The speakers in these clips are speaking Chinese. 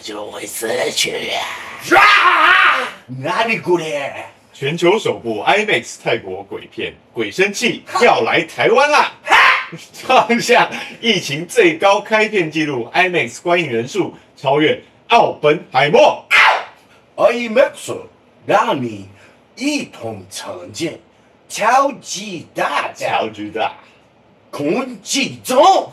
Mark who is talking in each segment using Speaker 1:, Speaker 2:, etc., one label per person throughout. Speaker 1: 就会死去啊！
Speaker 2: 啊！哪里过来？
Speaker 3: 全球首部 IMAX 泰国鬼片《鬼生气》要来台湾啦！创下疫情最高开片纪录，IMAX 观影人数超越奥本海默。
Speaker 2: IMAX 让你一同沉浸超级大
Speaker 3: 乔
Speaker 2: 战
Speaker 3: 局大
Speaker 2: 空气中，
Speaker 3: 啊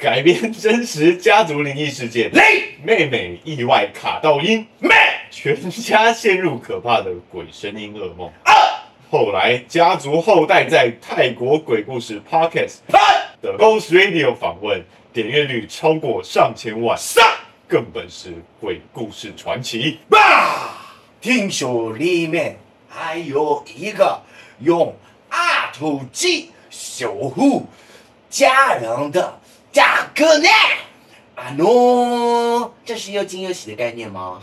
Speaker 3: 改编真实家族灵异事件，
Speaker 2: 雷
Speaker 3: 妹妹意外卡到音，
Speaker 2: 妹
Speaker 3: 全家陷入可怕的鬼声音噩梦。后来，家族后代在泰国鬼故事 Podcast
Speaker 2: 喷
Speaker 3: 的 Ghost Radio 访问，点阅率超过上千万，
Speaker 2: 上
Speaker 3: 根本是鬼故事传奇。
Speaker 2: 吧！听说里面还有一个用二头肌守护家人的大哥呢。啊喏，这是又惊又喜的概念吗？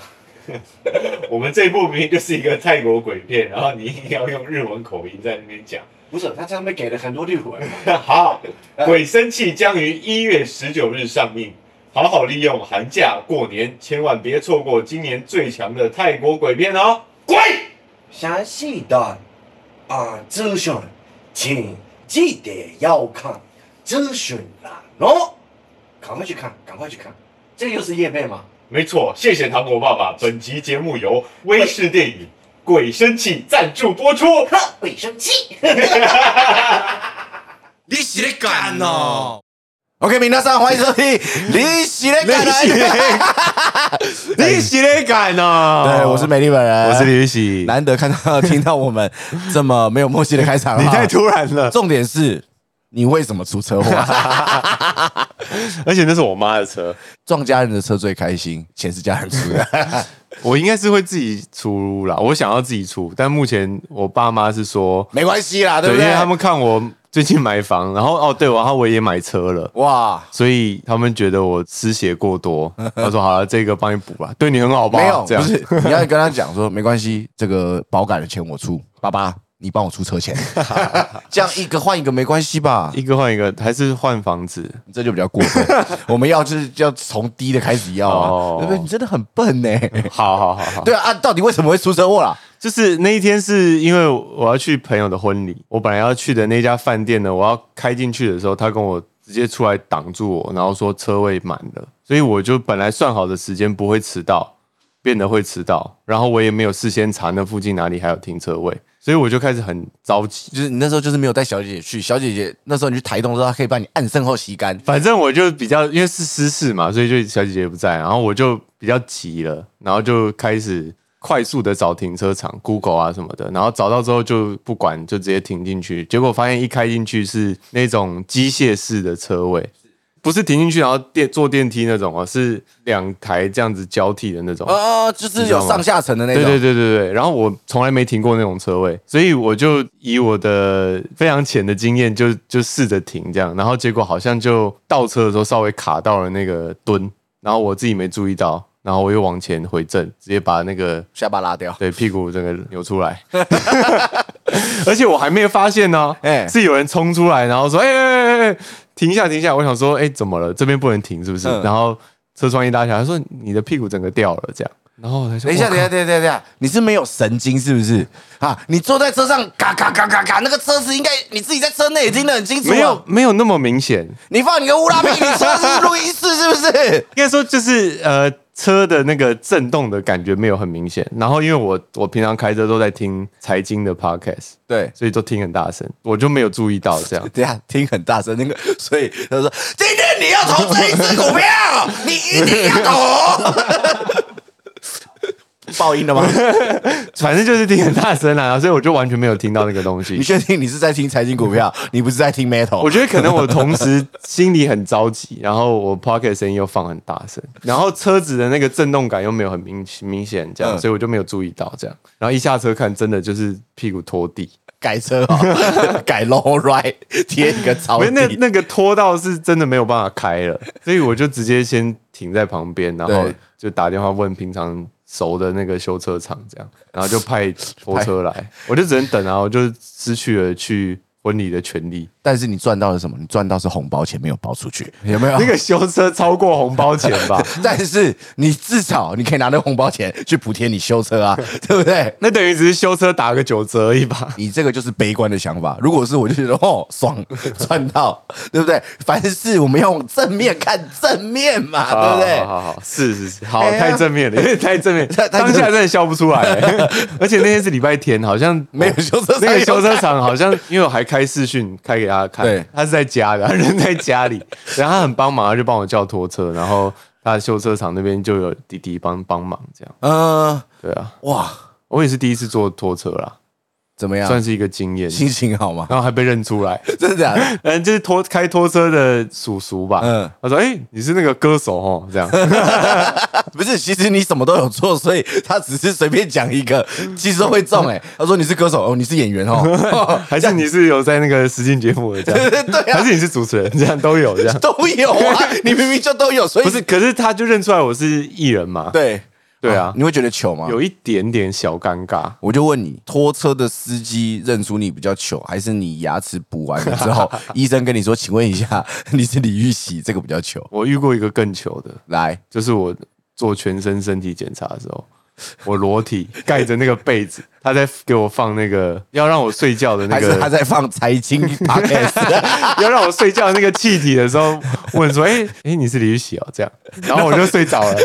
Speaker 3: 我们这部明明就是一个泰国鬼片，然后你硬要用日文口音在那边讲。
Speaker 2: 不是，他上面给了很多例文。
Speaker 3: 好，《鬼生气》将于一月十九日上映，好好利用寒假过年，千万别错过今年最强的泰国鬼片哦！
Speaker 2: 滚！详细的啊资讯，请记得要看资讯栏哦。赶快去看，赶快去看，这又是叶贝吗？
Speaker 3: 没错，谢谢糖果爸爸。本集节目由威视电影《鬼生气》赞助播 出。
Speaker 2: 呵，卫生气。
Speaker 4: 利息的干哦，
Speaker 5: OK，皆さん欢迎收 听《利息的感人》。
Speaker 4: 利息的干哦。
Speaker 5: 对，我是美丽本人，
Speaker 4: 我是李玉玺。
Speaker 5: 难得看到听到我们这么没有默契的开场啊，
Speaker 4: 你太突然了，
Speaker 5: 重点是你为什么出车祸？
Speaker 4: 而且那是我妈的车，
Speaker 5: 撞家人的车最开心，钱是家人出的。
Speaker 4: 我应该是会自己出啦。我想要自己出，但目前我爸妈是说，
Speaker 5: 没关系啦，对不
Speaker 4: 因
Speaker 5: 对？
Speaker 4: 为他们看我最近买房，然后哦，对，然后我也买车了。
Speaker 5: 哇，
Speaker 4: 所以他们觉得我失血 过多，他说：“好了，这个帮你补吧，对你很好吧？”
Speaker 5: 没有，
Speaker 4: 这
Speaker 5: 不
Speaker 4: 样
Speaker 5: 是你要跟他讲说没关系，这个保险的钱我出，爸爸你帮我出车 钱，这样一个换一个没关系吧？
Speaker 4: 一个换一个，还是换房子？
Speaker 5: 这就比较过分。 我们要就是要从低的开始要啊，
Speaker 4: 哦
Speaker 5: 对不对？你真的很笨呢、
Speaker 4: 好好好好，
Speaker 5: 对啊啊，到底为什么会出车祸啦？
Speaker 4: 就是那一天是因为我要去朋友的婚礼，我本来要去的那家饭店呢，我要开进去的时候，他跟我直接出来挡住我，然后说车位满了，所以我就本来算好的时间不会迟到，变得会迟到，然后我也没有事先查那附近哪里还有停车位，所以我就开始很着急。
Speaker 5: 就是你那时候就是没有带小姐姐去，小姐姐那时候你去台东的时候，她可以帮你按身后吸 干。
Speaker 4: 反正我就比较，因为是私事嘛，所以就小姐姐不在，然后我就比较急了，然后就开始快速的找停车场，Google 啊什么的，然后找到之后就不管，就直接停进去。结果发现一开进去是那种机械式的车位，不是停进去然后电坐电梯那种哦，是两台这样子交替的那种。
Speaker 5: 哦，就是有上下层的那种。
Speaker 4: 对对对对对，然后我从来没停过那种车位，所以我就以我的非常浅的经验就，就试着停这样，然后结果好像就倒车的时候稍微卡到了那个墩，然后我自己没注意到，然后我又往前回正，直接把那个
Speaker 5: 下巴拉掉。
Speaker 4: 对屁股这个扭出 来，而且我还没有发现呢、
Speaker 5: 哎
Speaker 4: 是有人冲出来，然后说，哎哎哎哎，停一下停一下，我想说，哎、怎么了？这边不能停是不是？
Speaker 5: 嗯
Speaker 4: 然后车窗一拉起来，他说你的屁股整个掉了这样。然后我才说，
Speaker 5: 等一下，
Speaker 4: 我靠
Speaker 5: 等一下，等一下，等一下，你是没有神经是不是？啊，你坐在车上，嘎嘎嘎嘎嘎，那个车子应该你自己在车内也听得很清楚、啊。
Speaker 4: 没有，没有那么明显，
Speaker 5: 你放你个乌拉屁，你车是录音室是不是？
Speaker 4: 应该说就是呃车的那个震动的感觉没有很明显。然后因为我我平常开车都在听财经的 podcast，
Speaker 5: 对，。
Speaker 4: 所以都听很大声，我就没有注意到这 样
Speaker 5: 等一下听很大声那个，所以他说今天你要投这一只 股票，你一定要投。爆音了吗？
Speaker 4: 反正就是听很大声啦、所以我就完全没有听到那个东西
Speaker 5: 你。确定你是在听财经股票，你不是在听 metal？
Speaker 4: 我觉得可能我同时心里很着急，然后我 pocket 声音又放很大声，然后车子的那个震动感又没有很明明显，这样，
Speaker 5: 嗯
Speaker 4: 所以我就没有注意到这样。然后一下车看，真的就是屁股拖地，
Speaker 5: 改车哦， 改 low right，贴一个槽
Speaker 4: 不是那
Speaker 5: 底。
Speaker 4: 那个拖到是真的没有办法开了， 所以我就直接先停在旁边，然后
Speaker 5: 对
Speaker 4: 就打电话问平常熟的那个修车厂这样，然后就派拖车来，我就只能等啊，我就失去了去婚礼的权利。
Speaker 5: 但是你赚到了什么？你赚到是红包钱没有包出去，有没有？
Speaker 4: 那个修车超过红包钱吧？
Speaker 5: 但是你至少你可以拿那红包钱去补贴你修车 啊，对不对？
Speaker 4: 那等于只是修车打个九折而已吧？
Speaker 5: 你这个就是悲观的想法。如果是我就觉得哦，爽 赚到，对不对？凡事我们要往正面看，正面嘛，啊对不对？
Speaker 4: 哦好好好好，是是是，好，
Speaker 5: 哎呀
Speaker 4: 太正面了，有点太正面，
Speaker 5: 太太
Speaker 4: 当下真的笑不出来、 而且那天是礼拜天，好像
Speaker 5: 没有 修车厂
Speaker 4: 那个
Speaker 5: 有
Speaker 4: 修车厂好像因为我还开视讯开给他看，
Speaker 5: 对
Speaker 4: 他是在家的，他人在家里， 然后他很帮忙，他就帮我叫拖车，然后他的修车厂那边就有弟弟帮帮忙，这样，
Speaker 5: 嗯，
Speaker 4: 对啊，
Speaker 5: 哇，
Speaker 4: 我也是第一次坐拖车啦，
Speaker 5: 怎么样？
Speaker 4: 算是一个经验，
Speaker 5: 心情好吗？
Speaker 4: 然后还被认出来，
Speaker 5: 真的假啊的？
Speaker 4: 嗯，就是拖开拖车的叔叔吧，
Speaker 5: 嗯
Speaker 4: 嗯，他说，哎、你是那个歌手哦，这样。
Speaker 5: 不是，其实你什么都有做，所以他只是随便讲一个，其实都会 中哎、他说你是歌手哦，你是演员哦，
Speaker 4: 还是你是有在那个实境节目的这样，
Speaker 5: 对啊。
Speaker 4: 还是你是主持人，这样都有这样
Speaker 5: 都有 啊，你明明就都有，所以
Speaker 4: 不是，可是他就认出来我是艺人嘛，
Speaker 5: 对
Speaker 4: 对啊
Speaker 5: 你会觉得糗吗？
Speaker 4: 有一点点小尴尬。
Speaker 5: 我就问你，拖车的司机认出你比较糗，还是你牙齿补完了之 后，医生跟你说，请问一下， 你是李玉玺，这个比较糗？
Speaker 4: 我遇过一个更糗的，
Speaker 5: 来，
Speaker 4: 就是我做全身身体检查的时候，我裸体盖着那个被子，他在给我放那个要让我睡觉的那
Speaker 5: 还是他
Speaker 4: 个。
Speaker 5: 在放财 经 podcast？
Speaker 4: 要让我睡觉的那个气体的时候，问说：“哎、哎、你是李玉玺哦？”这样，然后我就睡着了。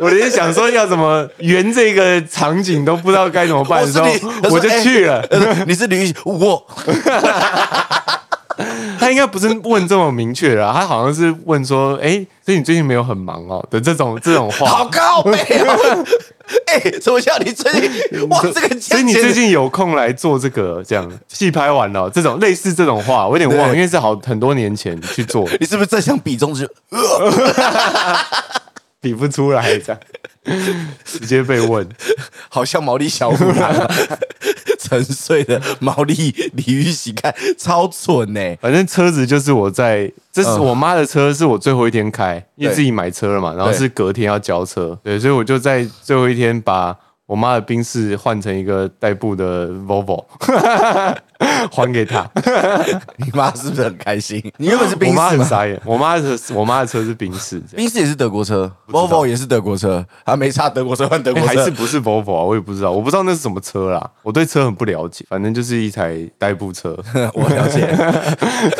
Speaker 4: 我连想说要怎么圆这个场景都不知道该怎么办的时候
Speaker 5: 我是你，哎
Speaker 4: 我就去了。
Speaker 5: 你是李玉玺，我
Speaker 4: 他应该不是问这么明确的啊，他好像是问说：“哎、所以你最近没有很忙哦？”的这种 这种
Speaker 5: 好
Speaker 4: 话。
Speaker 5: 高倍哦！哎、什么叫你最 近？哇，这个
Speaker 4: 所以你最近有空来做这个这样戏拍完了、这种类似这种话，我有点忘了，
Speaker 5: 对
Speaker 4: 因为是好很多年前去做的。
Speaker 5: 你是不是正想比中指？
Speaker 4: 比不出来这 样，直接被问。
Speaker 5: 好像毛利小五郎啊、 沉睡的毛利李玉玺，看超蠢欸呢、
Speaker 4: 反正车子就是我在，这是
Speaker 5: 嗯
Speaker 4: 我妈的车，是我最后一天开，因为自己买车了嘛，然后
Speaker 5: 对
Speaker 4: 是隔天要交车，对，所以我就在最后一天把我妈的宾士换成一个代步的 Volvo，还给她。
Speaker 5: 你妈是不是很开心？你原本是
Speaker 4: 我
Speaker 5: 宾
Speaker 4: 妈
Speaker 5: 士
Speaker 4: 很
Speaker 5: 吗？
Speaker 4: 傻眼，我妈的我妈的车是宾 士，哎这样
Speaker 5: 宾士也是德国车
Speaker 4: 知道
Speaker 5: ，Volvo 也是德国车，还没差德国车换德
Speaker 4: 哎
Speaker 5: 国车，
Speaker 4: 还是不是 Volvo 啊？我也不知道，我不知道那是什么车啦，我对车很不了解，反正就是一台代步 车。
Speaker 5: 我了解。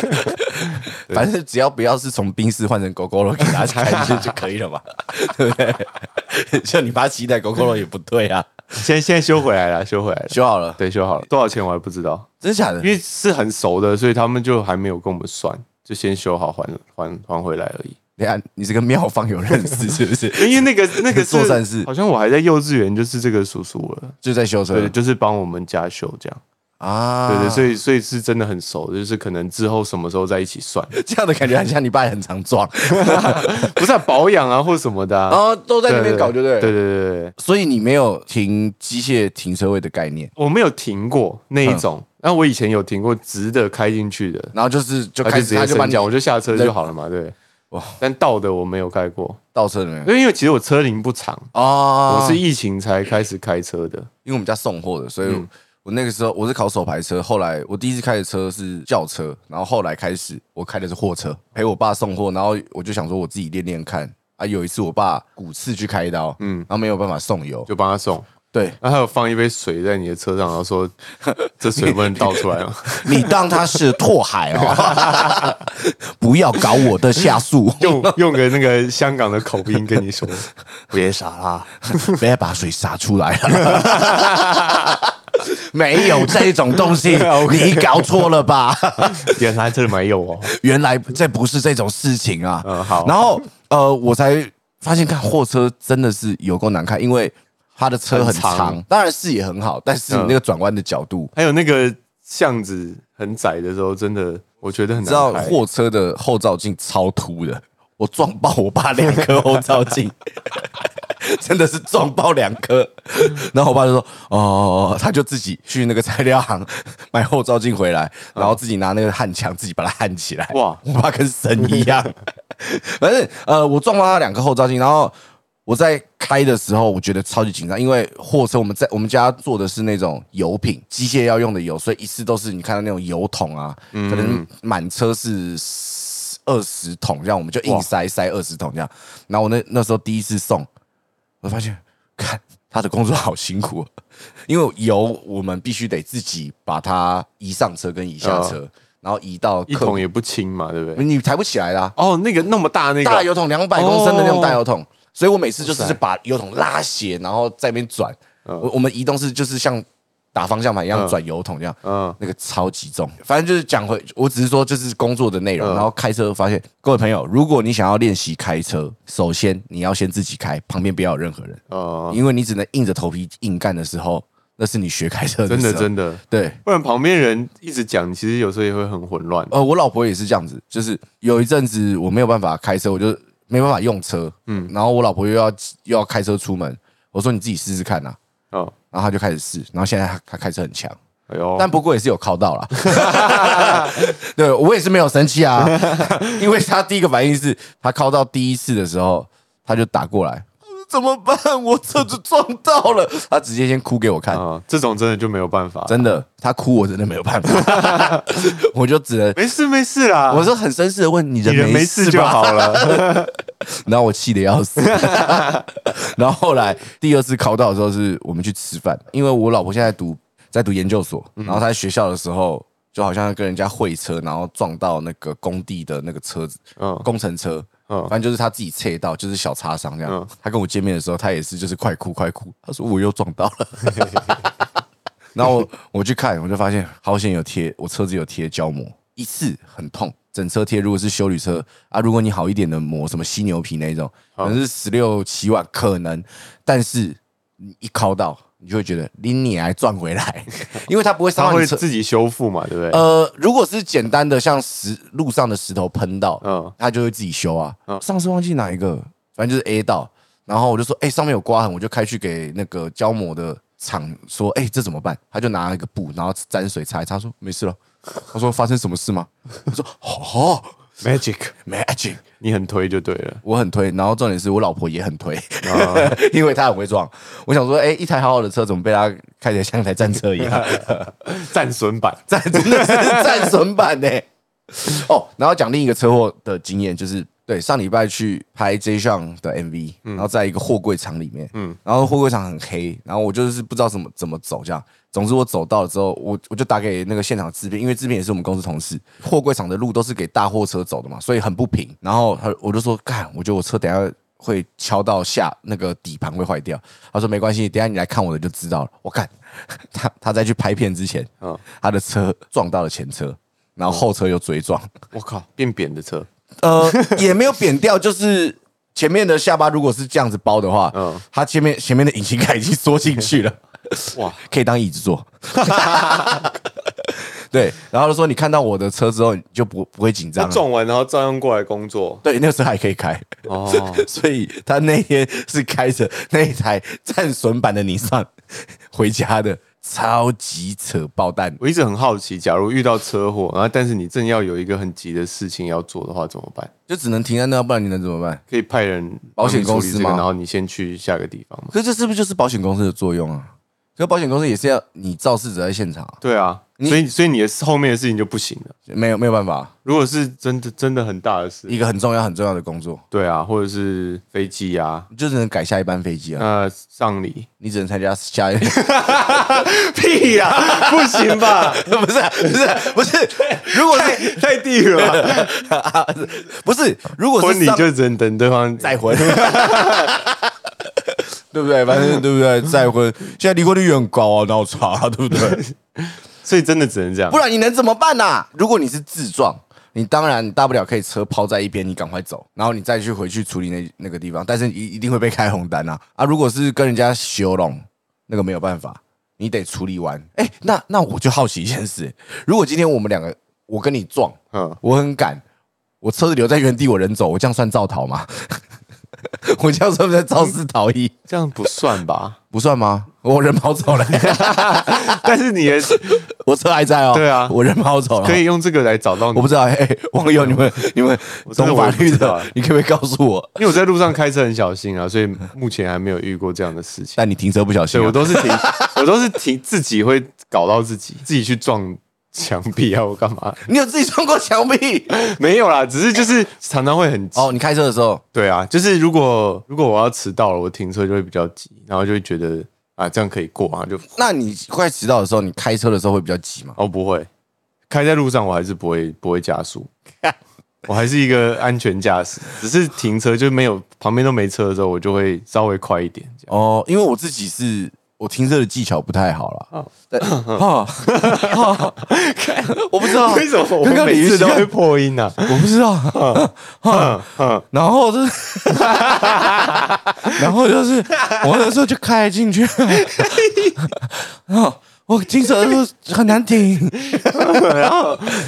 Speaker 5: 反正只要不要是从宾士换成 GoGo 罗给大家看就就可以了 嘛，对不对？就你妈期待 GoGo 罗也不对啊，
Speaker 4: 现在现在修回来了，修回来了，
Speaker 5: 修好了，
Speaker 4: 对，修好了，多少钱我还不知道。
Speaker 5: 真假的
Speaker 4: 因？为是很熟的，所以他们就还没有跟我们算，就先修好还还还回来而已。
Speaker 5: 等一下你这个妙方有认识是不是？
Speaker 4: 因为那个那个是
Speaker 5: 做善事
Speaker 4: 好像我还在幼稚园就是这个叔叔了，
Speaker 5: 就在修车
Speaker 4: 对，就是帮我们家修这样，
Speaker 5: 啊，
Speaker 4: 对对，所以所以是真的很熟，就是可能之后什么时候在一起算，
Speaker 5: 这样的感觉很像你爸也很常撞，
Speaker 4: 不是、啊、保养啊或什么的、
Speaker 5: 然
Speaker 4: 啊，
Speaker 5: 后都在那边搞，对不对？
Speaker 4: 对对对对对，
Speaker 5: 所以你没有停机械停车位的概念，
Speaker 4: 我没有停过那一种，那我以前有停过直的开进去的，
Speaker 5: 然后就是就
Speaker 4: 他
Speaker 5: 开
Speaker 4: 就直
Speaker 5: 始他
Speaker 4: 接
Speaker 5: 就把
Speaker 4: 升
Speaker 5: 你
Speaker 4: 降，我就下车
Speaker 5: 人
Speaker 4: 就好了嘛，对
Speaker 5: 哇。
Speaker 4: 但倒的我没有开过，
Speaker 5: 倒车了
Speaker 4: 因为因为其实我车龄不长，
Speaker 5: 哦，
Speaker 4: 我是疫情才开始开车的，
Speaker 5: 因为我们家送货的，所以我那个时候我是考手牌车，后来我第一次开的车是轿车，然后后来开始我开的是货车，陪我爸送货，然后我就想说我自己练练看啊。有一次我爸骨刺去开刀，嗯，然后没有办法送油，
Speaker 4: 就帮他送。
Speaker 5: 对
Speaker 4: 那还有放一杯水在你的车上，然后说 这水不能倒出来吗？
Speaker 5: 你当他是拓海 哦，不要搞我的下属，
Speaker 4: 用用个那个香港的口音跟你说， 别傻啦，
Speaker 5: 不要把水洒出 来了。没有这种东 西，你搞错了吧？
Speaker 4: 原来这里没有哦。
Speaker 5: 原来这不是这种事情啊。
Speaker 4: 嗯好
Speaker 5: 然后呃，我才发现看货车真的是有够难看，因为它的车很
Speaker 4: 很
Speaker 5: 长，
Speaker 4: 长嗯
Speaker 5: 当然视野很好，但是你那个转弯的角度，
Speaker 4: 还有那个巷子很窄的时候，真的我觉得很
Speaker 5: 你知道
Speaker 4: 难开。
Speaker 5: 货车的后照镜超凸的，我撞爆我爸两颗后照镜。 真的是撞爆两颗，然后我爸就说：“哦，他就自己去那个材料行买后照镜回来，然后自己拿那个焊枪自己把它焊起来。”哇
Speaker 4: 哇，
Speaker 5: 我爸跟神一样。反正呃，我撞爆他两颗后照镜，然后我在开的时候，我觉得超级紧张，因为货车我们在我们家做的是那种油品，机械要用的油，所以一次都是你看到那种油桶啊，
Speaker 4: 嗯
Speaker 5: 可能满车是二十桶，这样我们就硬塞塞二十桶这样。然后我那那时候第一次送，我发现看他的工作好辛苦哦、 因为油我们必须得自己把它移上车跟移下车，然后移到
Speaker 4: 嗯一
Speaker 5: 客
Speaker 4: 桶也不轻嘛，对不对？
Speaker 5: 你抬不起来啦、
Speaker 4: 哦，那个那么大那个
Speaker 5: 大油桶两百公升的那种
Speaker 4: 哦
Speaker 5: 大油桶，所以我每次就
Speaker 4: 哇
Speaker 5: 是
Speaker 4: 塞
Speaker 5: 把油桶拉斜，然后在那边转。我我们移动是就是像打方向盘一样
Speaker 4: 嗯
Speaker 5: 转油桶这样，
Speaker 4: 嗯
Speaker 5: 那个超级重。反正就是讲回，我只是说就是工作的内容，
Speaker 4: 嗯
Speaker 5: 然后开车发现，各位朋友，如果你想要练习开车，首先你要先自己开，旁边不要有任何人，
Speaker 4: 哦，
Speaker 5: 因为你只能硬着头皮硬干的时候，那是你学开车的
Speaker 4: 真
Speaker 5: 时候。
Speaker 4: 的真的，
Speaker 5: 对，
Speaker 4: 不然旁边人一直讲，其实有时候也会很混乱。
Speaker 5: 呃，我老婆也是这样子，就是有一阵子我没有办法开车，我就没办法用车，嗯，然后我老婆又要又要开车出门，我说你自己试试看呐、啊
Speaker 4: 哦，
Speaker 5: 然后她就开始试，然后现在她她开车很强，
Speaker 4: 哎呦，
Speaker 5: 但不过也是有靠到啦。 对我也是没有生气啊，因为她第一个反应是她靠到第一次的时候，她就打过来，怎么办？我车子撞到了，她直接先哭给我看，
Speaker 4: 啊，这种真的就没有办法，
Speaker 5: 真的，她哭我真的没有办法， 我就只能
Speaker 4: 没事没事啦，
Speaker 5: 我是很绅士的问你
Speaker 4: 你
Speaker 5: 人
Speaker 4: 人没事
Speaker 5: 事
Speaker 4: 就
Speaker 5: 吧？
Speaker 4: 好了。
Speaker 5: 然后我气得要死。 然后后来第二次考到的时候，是我们去吃饭，因为我老婆现在读在读研究所，
Speaker 4: 嗯
Speaker 5: 然后她在学校的时候就好像跟人家会车，然后撞到那个工地的那个车子，
Speaker 4: 嗯
Speaker 5: 工程车。
Speaker 4: 嗯
Speaker 5: 反正就是她自己切到，就是小擦伤这样
Speaker 4: 嗯。
Speaker 5: 她跟我见面的时候，她也是就是快哭快哭，她说我又撞到了。然后我我去看，我就发现好险有贴，我车子有贴胶膜，一次很痛，整车贴。如果是修理车啊，如果你好一点的膜，什么犀牛皮那一种，可能是十六七万可能，但是你一敲到，你就会觉得拎你还赚回来， 因为它不会伤
Speaker 4: 他
Speaker 5: 到你
Speaker 4: 会
Speaker 5: 车。
Speaker 4: 自己修复嘛，对不对？
Speaker 5: 呃，如果是简单的，像石路上的石头喷到，嗯
Speaker 4: 嗯，
Speaker 5: 它就会自己修啊。
Speaker 4: 嗯
Speaker 5: 上次忘记哪一个，反正就是 A 到，然后我就说，哎、上面有刮痕，我就开去给那个胶膜的厂说，哎、这怎么办？他就拿了一个布，然后沾水擦一擦，说没事了。 他说发生什么事吗？ 我说哦
Speaker 4: Magic，
Speaker 5: ，magic，
Speaker 4: 你很推就对了。
Speaker 5: 我很推，然后重点是我老婆也很推，
Speaker 4: 啊
Speaker 5: 因为她很会撞。我想说，哎、一台好好的车，怎么被她开得像台战车一样？
Speaker 4: 战损版
Speaker 5: 战真的是战神版欸呢、哦，然后讲另一个车祸的经验，就是对上礼拜去拍 J 上的 MV，、然后在一个货柜厂里面，嗯，然后货柜厂很黑，然后我就是不知道怎么怎么走这样。总之我走到了之后，我我就打给那个现场制片，因为制片也是我们公司同事。货柜厂的路都是给大货车走的嘛，所以很不平。然后他我就说，干，我觉得我车等一下会敲到下那个底盘会坏掉。他说没关系，等一下你来看我的就知道了。我看 他他在去拍片之前，
Speaker 4: 嗯
Speaker 5: 他的车撞到了前车，然后后车又追撞，
Speaker 4: 我靠，变扁的车，
Speaker 5: 呃，也没有扁掉，就是前面的下巴如果是这样子包的话，嗯
Speaker 4: 嗯，
Speaker 5: 他前面前面的引擎盖已经缩进去了，哇
Speaker 4: 哇，
Speaker 5: 可以当椅子坐。对，然后他说你看到我的车之后，你就不不会紧张
Speaker 4: 他
Speaker 5: 了。
Speaker 4: 撞完然后照样过来工作。
Speaker 5: 对，那个车还可以开，
Speaker 4: 哦，
Speaker 5: 所以他那天是开着 那一台战损版的尼桑 回家的，超级扯爆蛋。
Speaker 4: 我一直很好奇，假如遇到车祸，然后但是你正要有一个很急的事情要做的话，怎么办？
Speaker 5: 就只能停在那，不然你能怎么办？
Speaker 4: 可以派人
Speaker 5: 保险
Speaker 4: 帮你处
Speaker 5: 公
Speaker 4: 理
Speaker 5: 司
Speaker 4: 这个
Speaker 5: 吗
Speaker 4: 然后你先去下个地方吗？
Speaker 5: 可是这是不是就是保险公司的作用啊？可是保险公司也是要你肇事者在现场啊，
Speaker 4: 对啊，
Speaker 5: 你
Speaker 4: 所以所以你的后面的事情就不行了。
Speaker 5: 没有没有办法，啊
Speaker 4: 如果是真的真的很大的事，
Speaker 5: 一个很重要很重要的工作，
Speaker 4: 对啊，或者是飞机啊，
Speaker 5: 你就只能改下一班飞机啊，
Speaker 4: 那葬礼
Speaker 5: 你只能参加下一，
Speaker 4: 屁呀、 不行吧？
Speaker 5: 不是啊不是啊不是，如果是啊
Speaker 4: 太地狱了吧，
Speaker 5: 不是如果是
Speaker 4: 婚礼
Speaker 5: 上
Speaker 4: 就只能等对方
Speaker 5: 再婚， 对不对？反正对不对？再婚现在离婚率也很高啊，哪有差啊、对不对？
Speaker 4: 所以真的只能这样
Speaker 5: 不。然你能怎么办呐、如果你是自撞，你当然你大不了可以车抛在一边，你赶快走，然后你再去回去处理那那个地方，但是一一定会被开红单呐、啊。如果是跟人家修容，那个没有办法，你得处理完。哎、那那我就好奇一件事，如果今天我们两个我跟你撞，
Speaker 4: 嗯，
Speaker 5: 我很赶，我车子留在原地，我人走，我这样算造逃 吗？我这样算不算肇事逃逸？
Speaker 4: 这样不算吧？
Speaker 5: 不算吗？我人跑走了，
Speaker 4: 但是你也是
Speaker 5: 我车还在哦。
Speaker 4: 对啊
Speaker 5: 我人跑走了。
Speaker 4: 可以，用这个来找到你
Speaker 5: 我不，知道。哎，网友，你 们你们
Speaker 4: 真的
Speaker 5: 懂法
Speaker 4: 我也不
Speaker 5: 律
Speaker 4: 知道
Speaker 5: 的
Speaker 4: 哎，
Speaker 5: 你可不可以告诉我？
Speaker 4: 因为我在路上开车很小心啊，所以目前还没有遇过这样的 事情。
Speaker 5: 但你停车不小心
Speaker 4: 对
Speaker 5: 啊，
Speaker 4: 我都是停， 我都是停自己会搞到自己，自己去撞墙壁啊，我干 嘛？
Speaker 5: 你有自己撞过墙壁？
Speaker 4: 没有啦，只是就是常常会很 急。
Speaker 5: 哎哦，你开车的时候，
Speaker 4: 对啊，就是如果如果我要迟到了，我停车就会比较急，然后就会觉得啊这样可以过啊，就
Speaker 5: 那你快迟到的时候，你开车的时候会比较急吗？
Speaker 4: 哦不会，开在路上我还是不会不会 加速，我还是一个安全驾驶，只是停车就没有旁边都没车的时候，我就会稍微快 一点这样。
Speaker 5: 哦，因为我自己是我停车的技巧不太好啦。对， 哦， 哦我不知道
Speaker 4: 为什么我
Speaker 5: 刚刚
Speaker 4: 每
Speaker 5: 你
Speaker 4: 次都
Speaker 5: 是
Speaker 4: 会破音啊？
Speaker 5: 我不知道，哈哈然后就是， 然后就是我那时候就开进 去，然后我停车的时候很难停，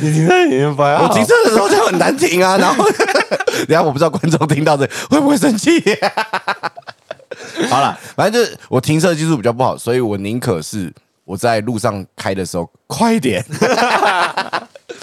Speaker 4: 你停在里面拍 啊？
Speaker 5: 我停车的时候就很难停 啊，然后，等一下我不知道观众听到这会不会生气、 好了，反正就是我停车的技术比较不好，所以我宁可是我在路上开的时候快一 点。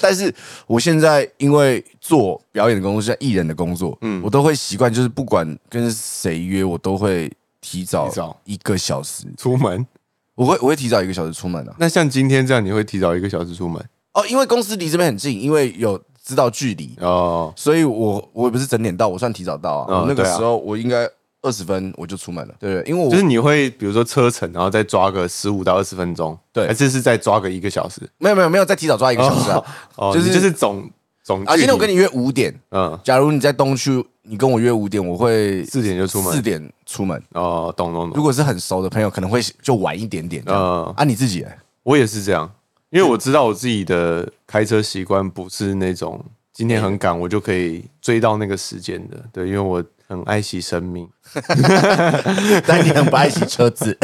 Speaker 5: 但是我现在因为做表演的工作，像艺人的工作，嗯，我都会习惯，就是不管跟谁约，我都会提
Speaker 4: 提早
Speaker 5: 早一个小时，
Speaker 4: 出门。
Speaker 5: 我会我会提早一个小时出门啊。
Speaker 4: 那像今天这样，你会提早一个小时出门
Speaker 5: 哦，因为公司离这边很近，因为有知道距离，
Speaker 4: 哦？
Speaker 5: 所以我我也不是整点到，我算提早到啊。
Speaker 4: 嗯
Speaker 5: 我那个
Speaker 4: 对啊哦
Speaker 5: 时候我应该二十分我就出门了，对不对？因为我、
Speaker 4: 就是你会比如说车程，然后再抓个十五到二十分钟，
Speaker 5: 对
Speaker 4: 还是是再抓个一个小时？
Speaker 5: 没有没有没有再提早抓一个小时啊。
Speaker 4: 哦，
Speaker 5: 就是
Speaker 4: 你就是总总
Speaker 5: 啊，今天我跟
Speaker 4: 你
Speaker 5: 你约五点，
Speaker 4: 嗯
Speaker 5: 假如你在东区，你跟我约五点，我会
Speaker 4: 四点就出门
Speaker 5: 四点出门。
Speaker 4: 哦，懂懂
Speaker 5: 如
Speaker 4: 懂。
Speaker 5: 果是很熟的朋友，可能会就晚一点点这样。
Speaker 4: 嗯
Speaker 5: 啊，你自己、欸、
Speaker 4: 我也是这样，因
Speaker 5: 嗯
Speaker 4: 为我知道我自己的开车习惯不是那种今天很赶我就可以追到那个时间的，对，因为我很爱惜生命，
Speaker 5: 但你很不爱洗车 子，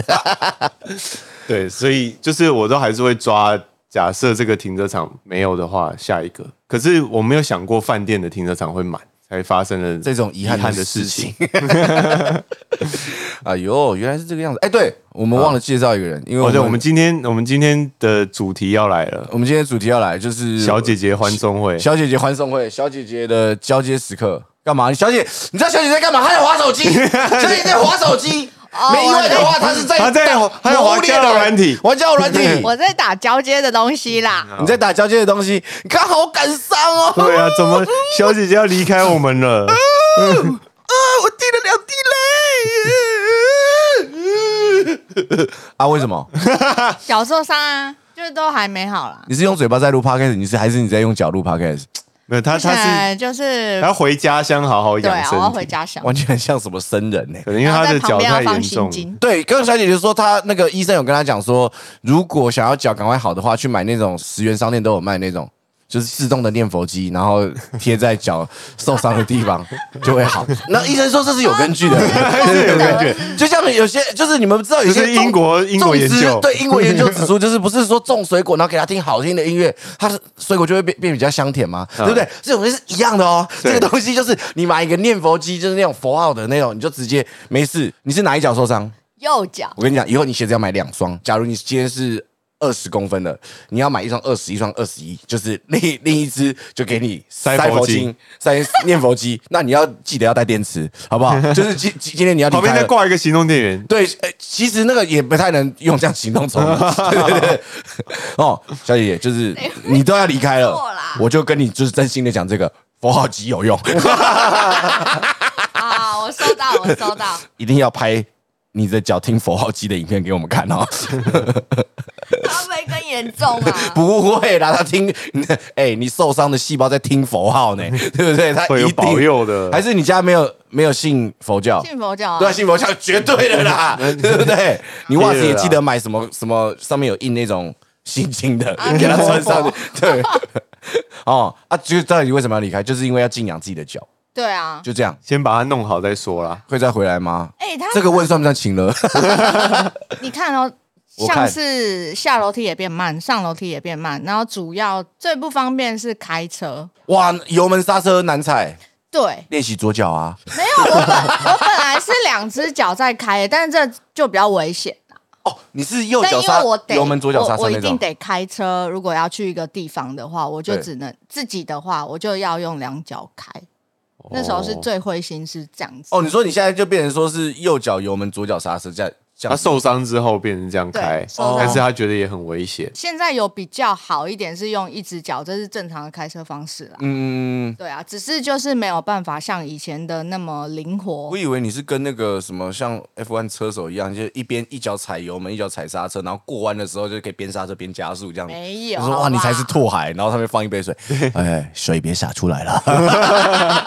Speaker 4: 对，所以就是我都还是会抓。假设这个停车场没有的话，下一个。可是我没有想过饭店的停车场会满，才发生了
Speaker 5: 这种遗憾
Speaker 4: 的
Speaker 5: 的事情。 哎呦，原来是这个样子。哎、对我们忘了介绍一个人，因为我
Speaker 4: 哦，
Speaker 5: 们、
Speaker 4: 对，我们今天我们今天的主题要来了，
Speaker 5: 我们今天主题要来就是
Speaker 4: 小姐姐欢送会。
Speaker 5: 小姐姐欢送会，小姐姐的交接时刻，干嘛？小姐，你知道小姐姐在干嘛？她在划手机，小姐姐在划手机。
Speaker 6: 哦
Speaker 5: 没意外的话，她是在
Speaker 4: 她在她在滑交友软体
Speaker 5: 玩交友 软体。
Speaker 6: 我在打交接的东西啦。
Speaker 5: 你在打交接的东西，你看好感伤哦。啊，
Speaker 4: 对啊，怎么小姐姐要离开我们了？
Speaker 5: 我滴了两滴泪。啊，为什么？
Speaker 6: 小受伤啊，就是都还没好啦。
Speaker 5: 你是用嘴巴在录 podcast，你是还是你在用脚录 podcast？
Speaker 4: 没有，她 她是
Speaker 6: 哎，就是
Speaker 4: 她回家乡好好
Speaker 6: 对
Speaker 4: 养
Speaker 6: 啊，
Speaker 4: 身体，
Speaker 6: 我要回家想，
Speaker 5: 完全像什么生人呢、
Speaker 4: 可能因为
Speaker 6: 然后
Speaker 4: 她
Speaker 6: 在
Speaker 4: 的
Speaker 6: 旁
Speaker 4: 脚
Speaker 6: 边
Speaker 4: 太
Speaker 6: 要
Speaker 4: 严
Speaker 6: 放
Speaker 4: 重
Speaker 6: 心
Speaker 4: 了。
Speaker 6: 经。
Speaker 5: 对，刚刚小姐姐说，她那个医生有跟她讲说，如果想要脚赶快好的话，去买那种十元商店都有卖那种，就是自动的念佛机，然后贴在脚受伤的地方 就会好。那医生说这是有根 据的，
Speaker 6: 对
Speaker 4: 有感觉
Speaker 5: 就像有些就是你们知道有些
Speaker 4: 就是
Speaker 5: 种
Speaker 4: 英国英国研
Speaker 5: 种植
Speaker 4: 究
Speaker 5: 对英国研究指出，就是不是说种水果然后给他听好听的音乐，它是水果就会变变比较香甜吗？对不对？这种东西是一样的哦。
Speaker 4: 对
Speaker 5: 这个东西就是你买一个念佛机，就是那种佛号的那种，你就直接没事。你是哪一脚受伤？
Speaker 6: 右脚
Speaker 5: 我跟你讲，以后你鞋子要买两双。假如你今天是二十公分的，你要买一双二十，一双二十一，就是另另一 只就给你
Speaker 4: 塞
Speaker 5: 佛
Speaker 4: 佛
Speaker 5: 经
Speaker 4: 经、
Speaker 5: 塞念佛机。 那你要记得要带电池，好不 好？就是今今今天你要离
Speaker 4: 旁边
Speaker 5: 开
Speaker 4: 再
Speaker 5: 了
Speaker 4: 挂一个行动电源，
Speaker 5: 对，呃，其实那个也不太能用这样行 动充。对对对，哦，小姐姐， 就是你都要离开了
Speaker 6: 错啦，
Speaker 5: 我就跟你就是真心的讲这个。佛号机有用，
Speaker 6: 啊，我收到，我收到。
Speaker 5: 一定要拍你的脚听佛号机的影片给我们看哦。
Speaker 6: 它会更严重啊？
Speaker 5: 不会啦，他听， 哎、你受伤的细胞在听佛号呢， 对不对？他
Speaker 4: 会有
Speaker 5: 一定
Speaker 4: 保佑的
Speaker 5: 还是你家没有没有信佛教？
Speaker 6: 信佛教啊
Speaker 5: 对啊，信佛教绝对的 啦，对不对？你袜子也记得买什么什么上面有印那种心经的，
Speaker 6: 啊
Speaker 5: 给他穿上去。对， 哦啊，就到底为什么要离开？就是因为要敬仰自己的脚，
Speaker 6: 对啊，
Speaker 5: 就这样。
Speaker 4: 先把它弄好再说啦。
Speaker 5: 会再回来吗？
Speaker 6: 哎，他
Speaker 5: 这个问算不算情了？
Speaker 6: 你看哦，
Speaker 5: 我看
Speaker 6: 像是下楼梯也变慢，上楼梯也变慢，然后主要最不方便是开车。
Speaker 5: 哇，油门刹车难踩，
Speaker 6: 对，
Speaker 5: 练习左脚啊。
Speaker 6: 没有我本我本来是两只脚在开，但是这就比较危险。
Speaker 5: 哦，你是右
Speaker 6: 但
Speaker 5: 脚
Speaker 6: 因
Speaker 5: 刹
Speaker 6: 为我，得
Speaker 5: 油门左脚刹
Speaker 6: 我，
Speaker 5: 车
Speaker 6: 我一
Speaker 5: 那
Speaker 6: 定
Speaker 5: 种。
Speaker 6: 得开车。如果要去一个地方的话，我就
Speaker 5: 对
Speaker 6: 只能自己的话，我就要用两脚开。那时候是最灰心是这样子。
Speaker 5: 哦哦，你说你现在就变成说是右脚油门，左脚刹车，这样这
Speaker 4: 他
Speaker 5: 样。
Speaker 4: 受伤之后变成这样开
Speaker 6: 对，受伤
Speaker 4: 但是他觉得也很危险。
Speaker 6: 现在有比较好一点，是用一只脚，这是正常的开车方式啦。
Speaker 5: 嗯，
Speaker 6: 对啊，只是就是没有办法像以前的那么灵活
Speaker 5: 我。以为你是跟那个什么像 F1 车手一样，就是一边一脚踩油门，一脚踩刹车，然后过弯的时候就可以边刹车边加速这样子。
Speaker 6: 没有
Speaker 5: 你说
Speaker 6: 好
Speaker 5: 哇，
Speaker 6: 吧
Speaker 5: 你才是拓海，然后上面放一杯水，哎，水别洒出来了。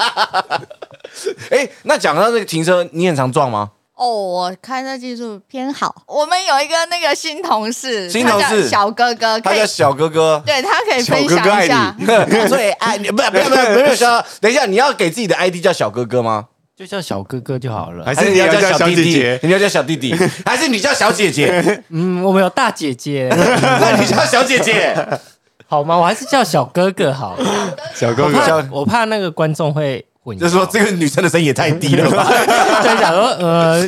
Speaker 5: 哎，那讲到这个停车，你很常撞吗？
Speaker 6: 哦，我开车技术偏好。我们有一个那个新同事，
Speaker 5: 新同事
Speaker 6: 他叫小哥哥，
Speaker 5: 他
Speaker 6: 可以
Speaker 5: 叫小哥哥，
Speaker 6: 对他可以
Speaker 4: 小
Speaker 6: 分
Speaker 4: 哥
Speaker 6: 享
Speaker 4: 哥爱
Speaker 6: 一下
Speaker 4: 你。
Speaker 5: 最爱你，不，没有没有没有小，等一下，你要给自己的 ID 叫小哥哥吗？
Speaker 7: 就叫小哥哥就好了
Speaker 4: 还。是你要叫小
Speaker 5: 弟
Speaker 4: 姐姐？
Speaker 5: 弟？你要叫小弟弟， 还是你叫小姐 姐？
Speaker 7: 嗯，我们有大姐 姐，
Speaker 5: 那你叫小姐姐，
Speaker 7: 好吗？我还是叫小哥哥好了。
Speaker 4: 小
Speaker 7: 我
Speaker 4: 哥
Speaker 7: 怕
Speaker 4: 哥，
Speaker 7: 我怕那个观众会混淆，
Speaker 5: 就说这个女生的声音也太低了吧？
Speaker 7: 就想说呃，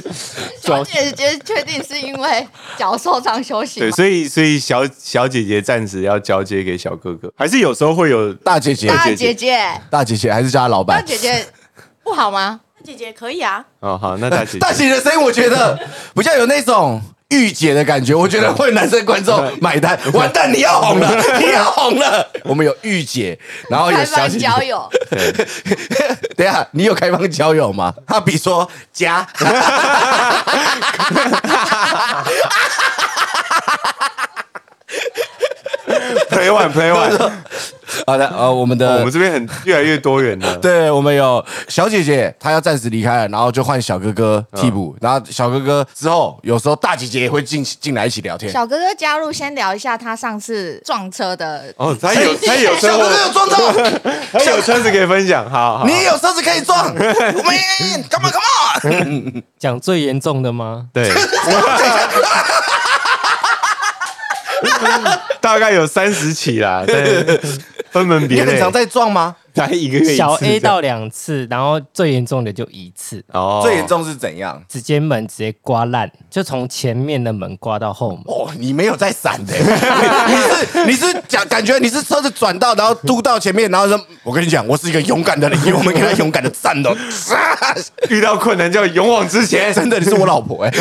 Speaker 6: 小
Speaker 7: 九
Speaker 6: 姐姐确定是因为脚受伤休息
Speaker 4: 对，
Speaker 6: 吗？
Speaker 4: 所以所以小小姐姐暂时要交接给小哥哥，还是有时候会有
Speaker 5: 大姐姐，
Speaker 6: 大姐姐，
Speaker 5: 大姐姐还是叫她老
Speaker 6: 大
Speaker 5: 板。
Speaker 6: 姐姐不好吗？
Speaker 8: 姐姐可以啊，
Speaker 4: 哦，好，那大姐
Speaker 5: 大姐
Speaker 4: 姐
Speaker 5: 姐的声音，我觉得比较有那种御姐的感觉，我觉得会男生观众买 单。完蛋，你要红 了，你要红了。我们有御姐，然后哦有
Speaker 6: 开
Speaker 5: 小
Speaker 6: 放
Speaker 5: 姐姐。
Speaker 6: 交友，
Speaker 5: 等一下，你有开放交友吗？他比说加，
Speaker 4: 陪玩 陪玩，哦
Speaker 5: 好的，呃，我们的、
Speaker 4: 我们这边很越来越多元了。
Speaker 5: 对，我们有小姐姐，她要暂时离开了，然后就换小哥哥替
Speaker 4: 嗯
Speaker 5: 补，然后小哥哥之后，有时候大姐姐也会进进来一起聊天。
Speaker 6: 小哥哥加入，先聊一下他上次撞车的。
Speaker 4: 哦，他 有他有车
Speaker 5: 小哥
Speaker 4: 祸
Speaker 5: 哥，有撞 到，
Speaker 4: 他有车子可以分享，好好，
Speaker 5: 你也有车子可以 撞，我们 come on come on，
Speaker 7: 讲最严重的吗？
Speaker 4: 对，大概有三十起 啦，对，分门
Speaker 5: 你
Speaker 4: 别
Speaker 5: 很
Speaker 4: 类，
Speaker 5: 常在撞吗？
Speaker 4: 大概一个月一
Speaker 7: 小
Speaker 4: 次
Speaker 7: A
Speaker 4: 这样
Speaker 7: 到两次，然后最严重的就一次，
Speaker 4: 哦，
Speaker 5: 最严重是怎样？
Speaker 7: 直接门直接刮烂，就从前面的门刮到后门。
Speaker 5: 哦，你没有在闪 的、你你是你是讲感觉你是车子转到，然后嘟到前面，然后说，我跟你讲，我是一个勇敢的人，因为我们跟他勇敢的战 斗。
Speaker 4: 遇到困难就要勇往直前，
Speaker 5: 真的，你是我老婆哎、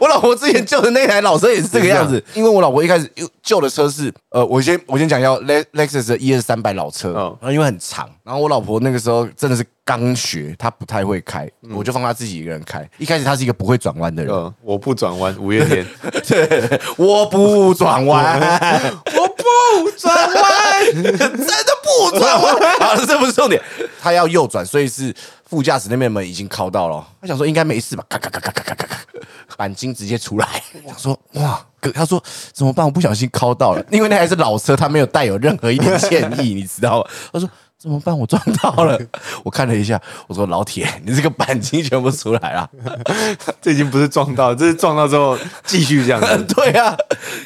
Speaker 5: 我老婆之前旧的那台老车也是这个样子， 因为我老婆一开始旧的车是呃，我先我先讲要 Le- Lexus 的 ES 三百老车，
Speaker 4: 嗯
Speaker 5: 然后因为很长，然后我老婆那个时候真的是刚学，她不太会开，我就放她自己一个人开。一开始她是一个不会转弯的人，
Speaker 4: 嗯，我不转弯，五月天，
Speaker 5: 对，我不转弯，我不转弯，真的不转弯。好，这不是重点，他要右转，所以是副驾驶那边门已经靠到了。他想说应该没事吧，咔咔咔咔咔咔咔咔，钣金直接出来。我想说哇，哥，他说怎么办？我不小心靠到了，因为那台是老车，他没有带有任何一点歉意，你知道吗？他说。怎么办？我撞到了！我看了一下，我说老铁，你这个钣金全部出来了。
Speaker 4: 这已经不是撞到，这是撞到之后继续这样 子，
Speaker 5: 对啊，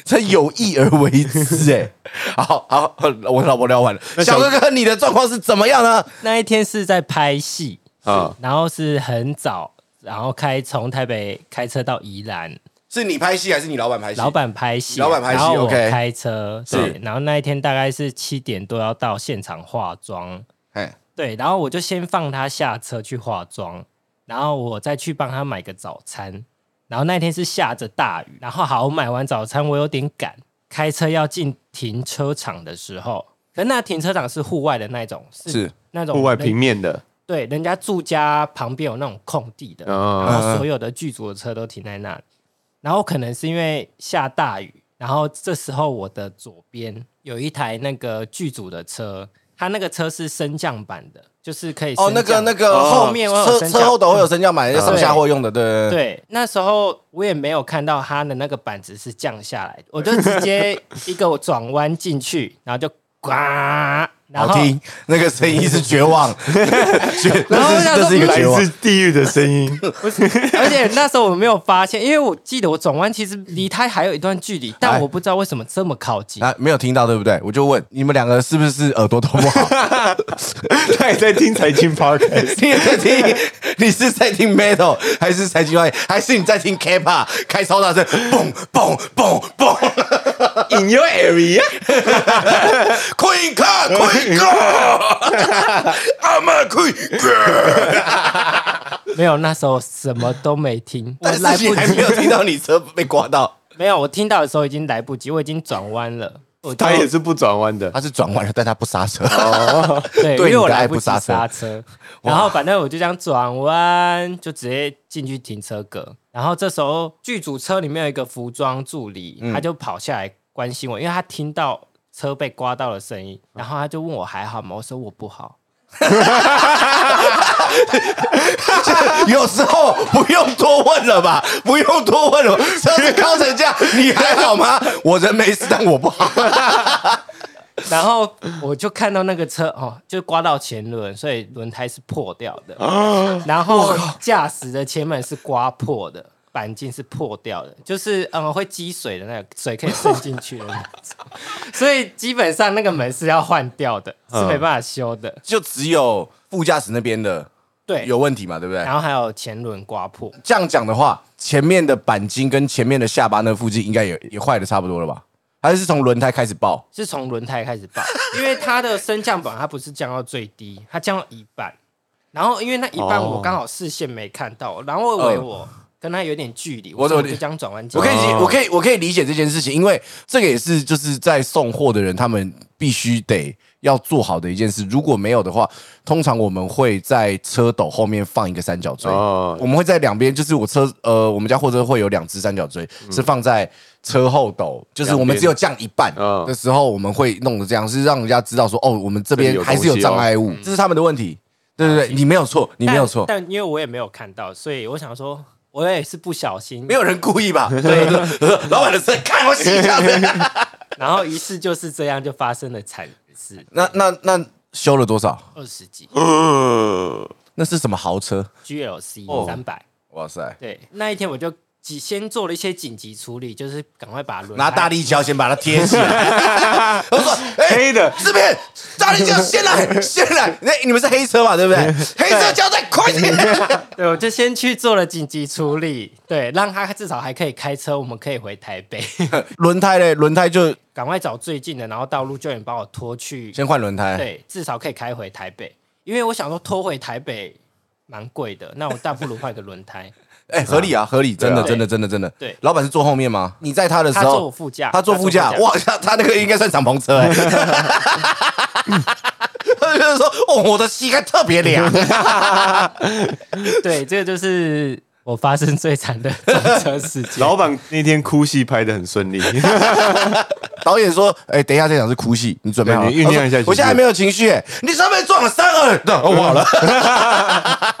Speaker 5: 他有意而为之 哎、好好，我老婆聊完了。小哥哥，你的状况是怎么样呢？
Speaker 7: 那一天是在拍戏
Speaker 4: 啊
Speaker 7: 然后是很早，然后开从台北开车到宜兰，
Speaker 5: 是你拍戏还是你老板拍戏？
Speaker 7: 老板拍戏，啊
Speaker 5: 老板拍戏
Speaker 7: 然后我
Speaker 5: OK
Speaker 7: 开车，对，然后那一天大概是七点多要到现场化妆，
Speaker 5: 哎，
Speaker 7: 对，然后我就先放他下车去化妆，然后我再去帮他买个早餐。然后那天是下着大雨，然后好，我买完早餐，我有点赶，开车要进停车场的时候，可那停车场是户外的那种，是
Speaker 5: 是
Speaker 7: 那种
Speaker 4: 哦户外
Speaker 7: 人
Speaker 4: 平面的，
Speaker 7: 对，人家住家旁边有那种空地的，
Speaker 4: 嗯
Speaker 7: 然后所有的剧组的车都停在那里。然后可能是因为下大雨，然后这时候我的左边有一台那个剧组的车，它那个车是升降版的，就是可以
Speaker 5: 哦，
Speaker 7: 升
Speaker 5: 那个
Speaker 7: 降
Speaker 5: 那个
Speaker 7: 后面会有
Speaker 5: 车
Speaker 7: 升
Speaker 5: 车
Speaker 7: 降
Speaker 5: 后头会有升降板，上下货用的，对对
Speaker 7: 对，那时候我也没有看到他的那个板子是降下来的，我就直接一个转弯进去，然后就呱，然
Speaker 5: 好
Speaker 7: 后
Speaker 5: 听，那个声音是绝 望，绝，
Speaker 7: 然后
Speaker 5: 这
Speaker 7: 我
Speaker 5: 是
Speaker 7: 想说
Speaker 5: 这是一个
Speaker 4: 来
Speaker 5: 绝望
Speaker 4: 自。地狱的声音，
Speaker 7: 不是， 而且那时候我没有发现，因为我记得我转弯其实离胎还有一段距离，
Speaker 5: 哎
Speaker 7: 但我不知道为什么这么靠近。
Speaker 5: 啊，没有听到对不对？我就问你们两个是不是耳朵都不好？
Speaker 4: 他也在听财经 podcast，
Speaker 5: 你在听，你是在听 metal 还是财经外，还是你在听 K-pop 开超大声，嘣嘣嘣嘣
Speaker 4: In your area，
Speaker 5: ，Queen 卡 Queen 卡，I'm a Queen girl，
Speaker 7: 没有，那时候什么都没听，我来
Speaker 5: 但是
Speaker 7: 不
Speaker 5: 你还没
Speaker 7: 及。
Speaker 5: 有听到你车被刮到，
Speaker 7: 没有，我听到的时候已经来不及，我已经转弯了。我就
Speaker 4: 他也是不转弯的。
Speaker 5: 他是转弯了，但他不刹车。
Speaker 7: 哦对，因
Speaker 5: 对
Speaker 7: 为我
Speaker 5: 你的爱
Speaker 7: 来
Speaker 5: 不
Speaker 7: 不及
Speaker 5: 刹车
Speaker 7: 刹车，然后反正我就这样转弯，就直接进去停车格。然后这时候剧组车里面有一个服装助理，
Speaker 5: 嗯
Speaker 7: 他就跑下来关心我，因为他听到车被刮到的声音，然后他就问我还好吗？我说我不好。
Speaker 5: 有时候不用多问了吧，不用多问了，车子靠成这样，你还好吗？我人没事，但我不好。
Speaker 7: 然后我就看到那个车哦，就刮到前轮，所以轮胎是破掉的。然后驾驶的前门是刮破的，钣金是破掉的，就是嗯会积水的那个水可以渗进去的那种。所以基本上那个门是要换掉的，是没办法修的。
Speaker 5: 就只有副驾驶那边的
Speaker 7: 对，
Speaker 5: 有问题嘛，对不对？
Speaker 7: 然后还有前轮刮破，
Speaker 5: 这样讲的话，前面的钣金跟前面的下巴那附近应该也也坏的差不多了吧？还是从轮胎开始爆？
Speaker 7: 是从轮胎开始爆，因为它的升降板它不是降到最低，它降到一半，然后因为那一半
Speaker 4: 哦
Speaker 7: 我刚好视线没看到，然后我以为我跟它有点距离，我
Speaker 5: 嗯我
Speaker 7: 怎
Speaker 5: 懂
Speaker 7: 么
Speaker 5: 你
Speaker 7: 就这样转弯进
Speaker 5: 我
Speaker 7: 去？
Speaker 5: 可以理，我可以，我可以理解这件事情，因为这个也是就是在送货的人他们必须得要做好的一件事。如果没有的话，通常我们会在车斗后面放一个三角锥，
Speaker 4: 哦
Speaker 5: 我们会在两边，就是我车呃，我们家货车会有两只三角锥，
Speaker 4: 嗯
Speaker 5: 是放在车后斗，就是我
Speaker 4: 两
Speaker 5: 们
Speaker 4: 边
Speaker 5: 只有降一半
Speaker 4: 嗯
Speaker 5: 的时候，我们会弄得这样，是让人家知道说哦，我们这
Speaker 4: 这里
Speaker 5: 边
Speaker 4: 有
Speaker 5: 还是有
Speaker 4: 东西哦啊
Speaker 5: 障碍物，这是他们的问题。对对对，你没有错，你
Speaker 7: 但
Speaker 5: 没有错，
Speaker 7: 但因为我也没有看到，所以我想说，我也是不小心，
Speaker 5: 没有人故意 吧？老板的车，看我洗一下子。
Speaker 7: 然后于是就是这样就发生了惨事，
Speaker 5: 那那那修了多少？
Speaker 7: 二十 几
Speaker 5: 那是什么豪车？哦
Speaker 7: GLC 三百，
Speaker 5: 哇塞！
Speaker 7: 对，那一天我就紧先做了一些紧急处理，就是赶快把轮
Speaker 5: 拿
Speaker 7: 胎
Speaker 5: 大力胶先把它贴起来。 我说：“哎、
Speaker 4: 黑的
Speaker 5: 这边大力胶先来，先来。那你们是黑车嘛？对不对？黑车胶带，快点！
Speaker 7: 对，我就先去做了紧急处理，对，让他至少还可以开车，我们可以回台北，
Speaker 5: 轮胎嘞，轮胎就
Speaker 7: 赶快找最近的，然后道路救援把我拖去，
Speaker 5: 先换轮胎。，
Speaker 7: 对，至少可以开回台北，因为我想说拖回台北蛮贵的，那我倒不如换个轮胎。
Speaker 5: 哎、合理啊，合理，真的，
Speaker 7: 对
Speaker 5: 真的，真的，真的。
Speaker 7: 对
Speaker 5: 老板是坐后面吗？你在他的时
Speaker 7: 他坐我
Speaker 5: 候，
Speaker 7: 副驾，
Speaker 5: 他坐副驾，哇，他他那个应该算敞篷车哎、 他就是说，哦，我的膝盖特别 凉。
Speaker 7: 对，这个就是我发生最惨的撞车事 情。
Speaker 4: 老板那天哭戏拍的很顺利，
Speaker 5: 导演说：“哎、等一下，这场是哭戏，你准备好了？
Speaker 4: 对你酝酿一下
Speaker 5: 他说我现在还没有情绪、哎，你上面撞了三二，那、哦、我好了。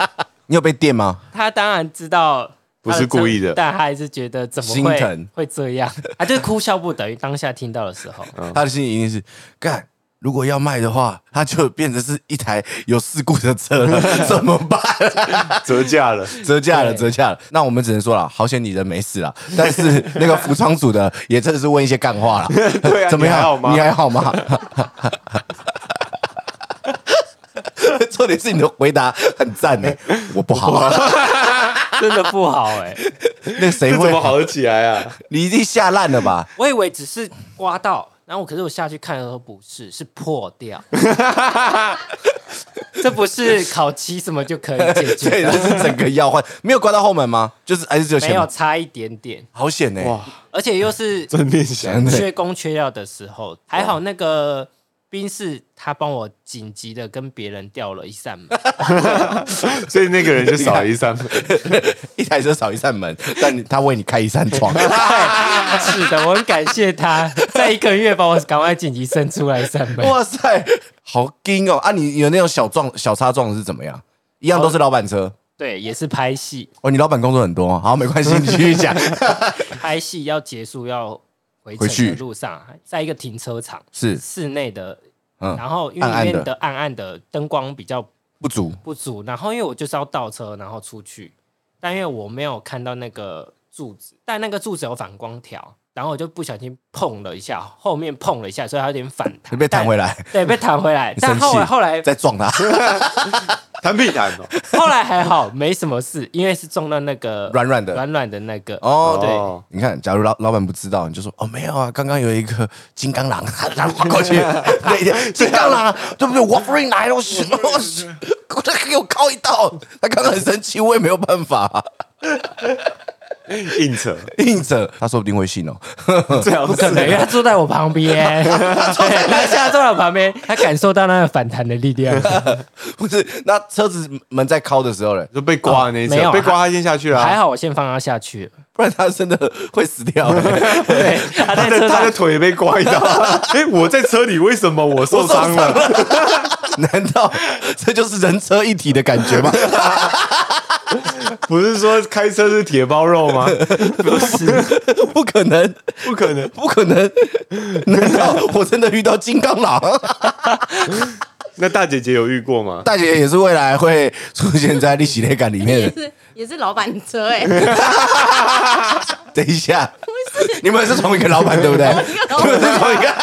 Speaker 5: 你有被电吗？
Speaker 7: 他当然知道。
Speaker 4: 不是故意的
Speaker 7: 但他还是觉得怎么
Speaker 5: 心
Speaker 7: 会
Speaker 5: 疼
Speaker 7: 会这样啊？就是哭笑不得于当下听到 的时候，
Speaker 5: 他的心里一定是干。如果要卖的话，他就变成是一台有事故的车了， 怎么办、
Speaker 4: 折价了。
Speaker 5: 折价了，
Speaker 7: 对
Speaker 5: 折价了。那我们只能说了，好险你人没事 了。但是那个服装组的也真的是问一些干话 了。
Speaker 4: 对啊
Speaker 5: 怎么样？
Speaker 4: 你还好吗
Speaker 5: 你还好吗？ 重点是你的回答很赞 呢、我不好，啊
Speaker 7: 真的不好哎、
Speaker 5: 那谁
Speaker 4: 这
Speaker 5: 会
Speaker 4: 怎么好得起来啊？
Speaker 5: 你一定吓烂了吧？
Speaker 7: 我以为只是刮到，然后我可是我下去看的时候不是，是破掉。 这不是烤漆什么就可以解
Speaker 5: 所以
Speaker 7: 决
Speaker 5: 这
Speaker 7: 的，
Speaker 5: 是整个要换，没有刮到后门吗？就是还是只有前
Speaker 7: 没有
Speaker 5: 门？
Speaker 7: 差一点点，
Speaker 5: 好险欸呢、
Speaker 4: 哇，
Speaker 7: 而且又是
Speaker 4: 正面想，
Speaker 7: 缺工缺料的时候，还好那个宾士他帮我紧急的跟别人掉了一 扇门，
Speaker 4: 所以那个人就少了一扇门。
Speaker 5: 一台车少一扇门，但你他为你开一扇窗。
Speaker 7: 是的，我很感谢他，在一个月把我赶快紧急伸出来一扇门。
Speaker 5: 哇塞，好惊哦！啊，你有那种小撞、小擦撞的是怎么样？一样都是老板车
Speaker 7: 对，也是拍戏，
Speaker 5: 哦。你老板工作很多哦，好，没关系，你继续 讲。
Speaker 7: 拍戏要结束要回
Speaker 5: 回
Speaker 7: 程
Speaker 5: 去
Speaker 7: 的路上，在一个停车场，
Speaker 5: 是
Speaker 7: 室内的
Speaker 5: 嗯，
Speaker 7: 然后因为
Speaker 5: 暗暗
Speaker 7: 里面
Speaker 5: 的
Speaker 7: 的暗暗的灯光比较
Speaker 5: 不足，
Speaker 7: 不足，然后因为我就是要倒车然后出去，但因为我没有看到那个柱子，但那个柱子有反光条，然后我就不小心碰了一下，后面碰了一下，所以它有点反 弹，
Speaker 5: 你被弹回来，，
Speaker 7: 但，对，被弹回来
Speaker 5: 生
Speaker 7: 但
Speaker 5: 气
Speaker 7: 后来后来
Speaker 5: 再撞 他，
Speaker 4: 弹屁弹哦，
Speaker 7: 后来还好，没什么事，因为是撞到那个
Speaker 5: 软软的
Speaker 7: 软软的那个，
Speaker 5: 哦，
Speaker 7: 对
Speaker 4: 哦
Speaker 5: 你看，假如老老板不知道，你就说哦没有啊，刚刚有一个金刚狼， 然后跑过去，对对，金刚狼啊对不对？Wolverine 来了，我是我是，我再 给我敲一刀，他刚刚很生气，我也没有办法、
Speaker 4: 硬扯，
Speaker 5: 硬着，他说不定会信哦。
Speaker 4: 最好
Speaker 7: 不可能，因为他坐在我 旁边，对他现在坐在我旁边，他感受到那个反弹的力量。
Speaker 5: 不是，那车子门在敲的时候嘞，
Speaker 4: 就被刮的那一
Speaker 7: 没有
Speaker 4: 次，被刮他先下去了啊，
Speaker 7: 还好我先放他下去，
Speaker 5: 不然他真的会死 掉、欸
Speaker 7: 对，他
Speaker 4: 他
Speaker 7: 在
Speaker 4: 的
Speaker 7: 车
Speaker 4: 他的
Speaker 7: 上，
Speaker 4: 腿被刮一刀， 哎，我在车里，为什么我受伤了？
Speaker 5: 难道这就是人车一体的感觉吗？
Speaker 4: 不是说开车是铁包肉吗？
Speaker 7: 不是，
Speaker 5: 不可能，
Speaker 4: 不可能，
Speaker 5: 不可能！难道我真的遇到金刚狼？
Speaker 4: 那大姐姐有遇过吗？
Speaker 5: 大姐也是未来会出现在历史类感里面
Speaker 8: 也
Speaker 5: 的。
Speaker 8: 是也是老板车 哎、欸，
Speaker 5: 等一下，你们是同一个老板对不对？
Speaker 8: 老
Speaker 5: 你
Speaker 8: 板
Speaker 5: 们是同一个。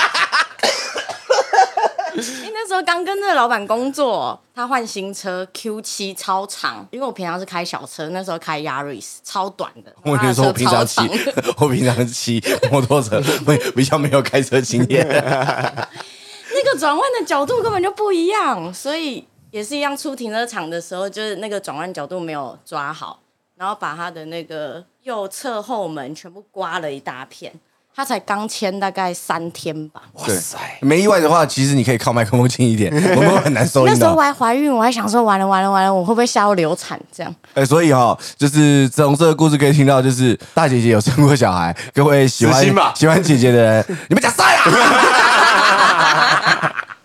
Speaker 8: 因为那时候刚跟那个老板工作，他换新车 Q 七超长，因为我平常是开小车，那时候开 Yaris 超短的，
Speaker 5: 我跟你说，我平常骑
Speaker 8: 他的车超长，
Speaker 5: 我平常骑摩托车，会比较没有开车经验。
Speaker 8: 那个转弯的角度根本就不一样，所以也是一样。出停车场的时候，就是那个转弯角度没有抓好，然后把他的那个右侧后门全部刮了一大片。他才刚签大概三天吧，
Speaker 5: 哇塞，没意外的话，其实你可以靠麦克风近一 点，我们会很难收
Speaker 8: 那
Speaker 5: 音
Speaker 8: 时
Speaker 5: 的
Speaker 8: 候我
Speaker 5: 哦。
Speaker 8: 还怀孕，我还想说完了完了完了，我会不会下要流产这样？
Speaker 5: 哎，所以哈，就是从这个故事可以听到，就是大姐姐有生过小孩，各位喜
Speaker 4: 死心吧
Speaker 5: 欢喜欢姐姐的人，你们讲 晒啊！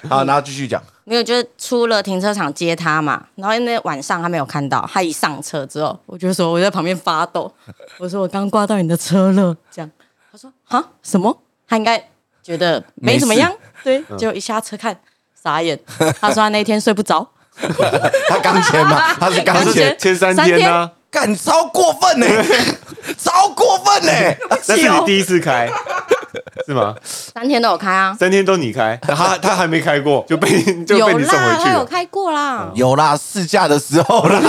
Speaker 5: 好，然后继续讲。
Speaker 8: 没有，就是出了停车场接他嘛，然后因为晚上他没有看到，他一上车之后，我就说我在旁边发抖， 我说我刚刮到你的车了，这样，他说啊什么？他应该觉得没怎么样，对，
Speaker 4: 嗯
Speaker 8: 结果一下车看傻眼，他说他那天睡 不着，
Speaker 5: 他刚签 嘛，他是刚
Speaker 8: 刚
Speaker 5: 签
Speaker 8: 签，
Speaker 4: 前三天呢、啊？
Speaker 5: 干超过分呢、欸 超过分欸呢、
Speaker 4: 那是
Speaker 5: 哦
Speaker 4: 你第一次开，是吗？
Speaker 8: 三天都有开啊，
Speaker 4: 三天都你开，他他还没开过，就被就
Speaker 8: 有
Speaker 4: 被你送
Speaker 8: 啦，
Speaker 4: 回去
Speaker 8: 他有
Speaker 4: 了，
Speaker 8: 开过啦，
Speaker 5: 有啦，试驾的时候啦，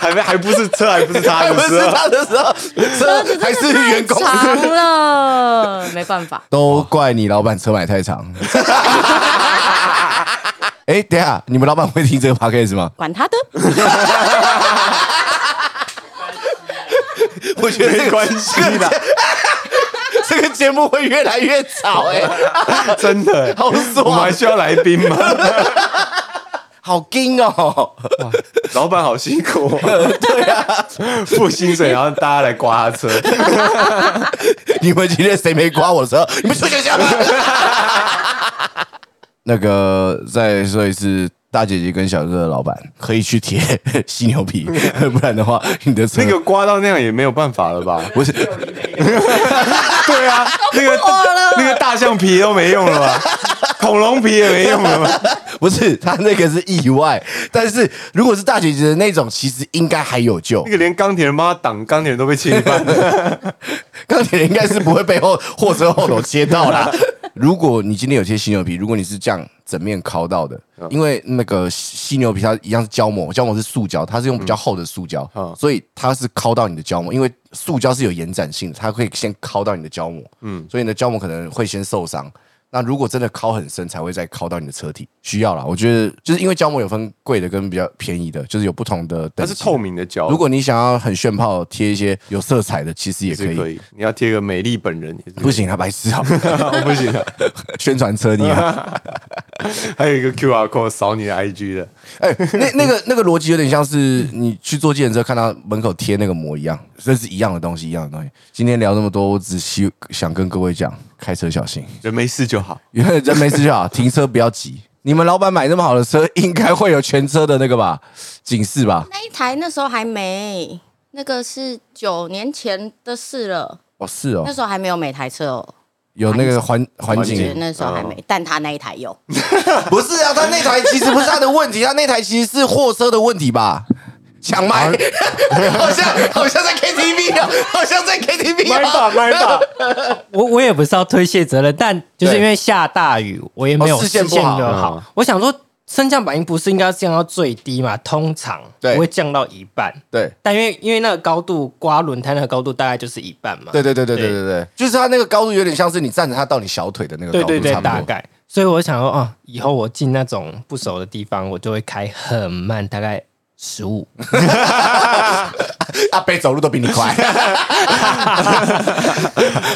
Speaker 4: 还没还不是车，还不是他
Speaker 5: 还
Speaker 4: 的
Speaker 5: 不是
Speaker 4: 车
Speaker 5: 试，
Speaker 4: 啊
Speaker 5: 驾的时候，车
Speaker 8: 这
Speaker 5: 还
Speaker 8: 真
Speaker 5: 是
Speaker 8: 的
Speaker 5: 员工，
Speaker 8: 太长了，没办法，
Speaker 5: 都怪你老板车买太 长。哎、等一下，你们老板会听这个 podcast 吗？
Speaker 8: 管他的，
Speaker 5: 我觉得没关系的，这个节目会越来越吵、哎，
Speaker 4: 真的。
Speaker 5: 好
Speaker 4: 我们还
Speaker 5: 爽，
Speaker 4: 需要来宾吗？
Speaker 5: 好劲哦！
Speaker 4: 老板好辛苦、对啊， 付薪水，然后大家来刮他车，
Speaker 5: 你们今天谁没刮我的车？你们出去下班。 那个再说一次，大姐姐跟小哥的老板可以去贴犀牛 皮，不然的话你的车
Speaker 4: 那个刮到那样也没有办法了吧？
Speaker 5: 不是
Speaker 4: 对啊，那个那个大象皮都没用了吧？恐龙皮也没用了吧？
Speaker 5: 不是，他那个是意外，但是如果是大姐姐的那种，其实应该还有救
Speaker 4: 那。个连钢铁人帮他挡，钢铁人都被切一 半了。
Speaker 5: 钢铁人应该是不会被后货车后头切到啦。如果你今天有贴犀牛皮，如果你是这样整面敲到的，
Speaker 4: 嗯
Speaker 5: 因为那个犀牛皮它一样是胶膜，胶膜是塑胶，它是用比较厚的塑胶，
Speaker 4: 嗯
Speaker 5: 所以它是敲到你的胶膜，因为塑胶是有延展性的，它会先敲到你的胶膜，嗯，所以你的胶膜可能会先受伤。那如果真的敲很深，才会再敲到你的车体，需要啦。我觉得就是因为胶膜有分贵的跟比较便宜的，就是有不同的
Speaker 4: 它
Speaker 5: 等级。
Speaker 4: 是透明的胶，
Speaker 5: 如果你想要很炫炮，贴一些有色彩的，其实也
Speaker 4: 也
Speaker 5: 可以。
Speaker 4: 可以，你要贴个美丽本人也是
Speaker 5: 不行啊，白痴啊！
Speaker 4: 我 不行啊，
Speaker 5: 宣传车你 啊！
Speaker 4: 还有一个 QR code 扫你的 IG 的，
Speaker 5: 哎、那那个那个逻辑有点像是你去坐计程车看到门口贴那个膜一样，这是一样的东西，一样的东西。今天聊那么多，我只希想跟各位讲，开车小心，
Speaker 4: 人没事就好。
Speaker 5: 因为人没事就好，停车不要急。 你们老板买那么好的车，应该会有全车的那个吧警示吧？
Speaker 8: 那一台那时候还没，那个是九年前的事了。
Speaker 5: 哦，是哦
Speaker 8: 那，时候还没有美台车哦，
Speaker 5: 有那个环
Speaker 4: 哦
Speaker 5: 环
Speaker 8: 我觉得
Speaker 5: 境，
Speaker 8: 那时候还没，但他那一台有，
Speaker 5: 不是啊，他那台其实不是他的问题，他那台其实是货车的问题吧。抢麦， 好像好像在 KTV 啊，好像在 KTV
Speaker 3: 买
Speaker 5: 啊，
Speaker 3: 吧买吧，
Speaker 7: 我我也不是要推卸责任，但就是因为下大雨，我也没有
Speaker 5: 哦视线不
Speaker 7: 的
Speaker 5: 好
Speaker 7: 好。我想说，升降反应不是应该要降到最低嘛？通常
Speaker 5: 对
Speaker 7: 不会降到一半，
Speaker 5: 对，
Speaker 7: 但因为因为那个高度刮轮胎那个高度大概就是一半嘛。
Speaker 5: 对对对对对对对，就是他那个高度有点像是你站着他到你小腿的那个高
Speaker 7: 对
Speaker 5: 度，
Speaker 7: 对对
Speaker 5: 差，不
Speaker 7: 大
Speaker 5: 多。
Speaker 7: 概。所以我想说，啊，以后我进那种不熟的地方，我就会开很慢，大概十五。
Speaker 5: 阿贝啊走路都比你快。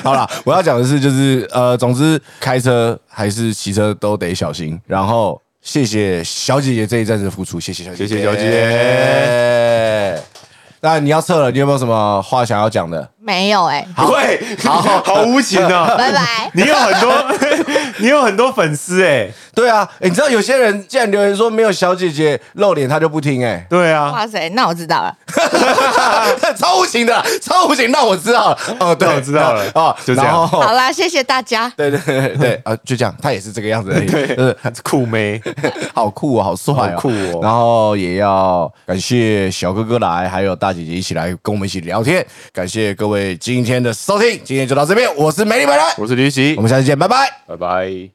Speaker 5: 好啦，我要讲的是，就是呃，总之开车还是骑车都得小心。然后谢谢小姐姐这一阵子的付出，谢谢小姐姐，
Speaker 4: 谢谢小姐
Speaker 5: 姐。那你要撤了，你有没有什么话想要讲的？
Speaker 6: 没有
Speaker 8: 欸
Speaker 6: 哎、
Speaker 4: 对，
Speaker 5: 好
Speaker 4: 好无情 啊！
Speaker 6: 拜拜。
Speaker 4: 你有很多，你有很多粉丝哎，
Speaker 5: 对啊，诶你知道有些人竟然留言说没有小姐姐露脸他就不听、欸诶
Speaker 4: 对啊，
Speaker 6: 哇塞，那我知道了。
Speaker 5: 哎， 超无情的，超无情。那我知道了，哦，对，
Speaker 4: 那我知道了
Speaker 5: 哦，
Speaker 4: 就这样
Speaker 5: 然后
Speaker 6: 好啦，谢谢大家。
Speaker 5: 对对对对对啊，就这样，他也是这个样子 而已，就是
Speaker 4: 酷妹，
Speaker 5: 好酷哦，好帅哦，
Speaker 4: 好酷哦
Speaker 5: 然后也要感谢小哥哥来，还有大姐姐一起来跟我们一起聊天，感谢各位今天的收听，今天就到这边，我是美丽本人，
Speaker 4: 我是吕喜
Speaker 5: 我，们下次见，拜拜。
Speaker 4: 拜拜。